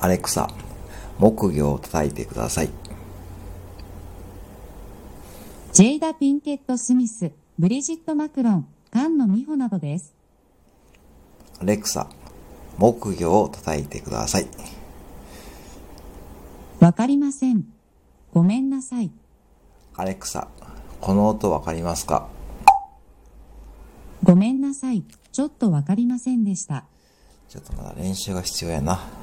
アレクサ、木魚を叩いてください。ジェイダ・ピンケット・スミス、ブリジット・マクロン、菅野美穂などです。アレクサ、木魚を叩いてください。わかりません。ごめんなさい。アレクサ、この音わかりますかごめんなさい。ちょっとわかりませんでした。ちょっとまだ練習が必要やな。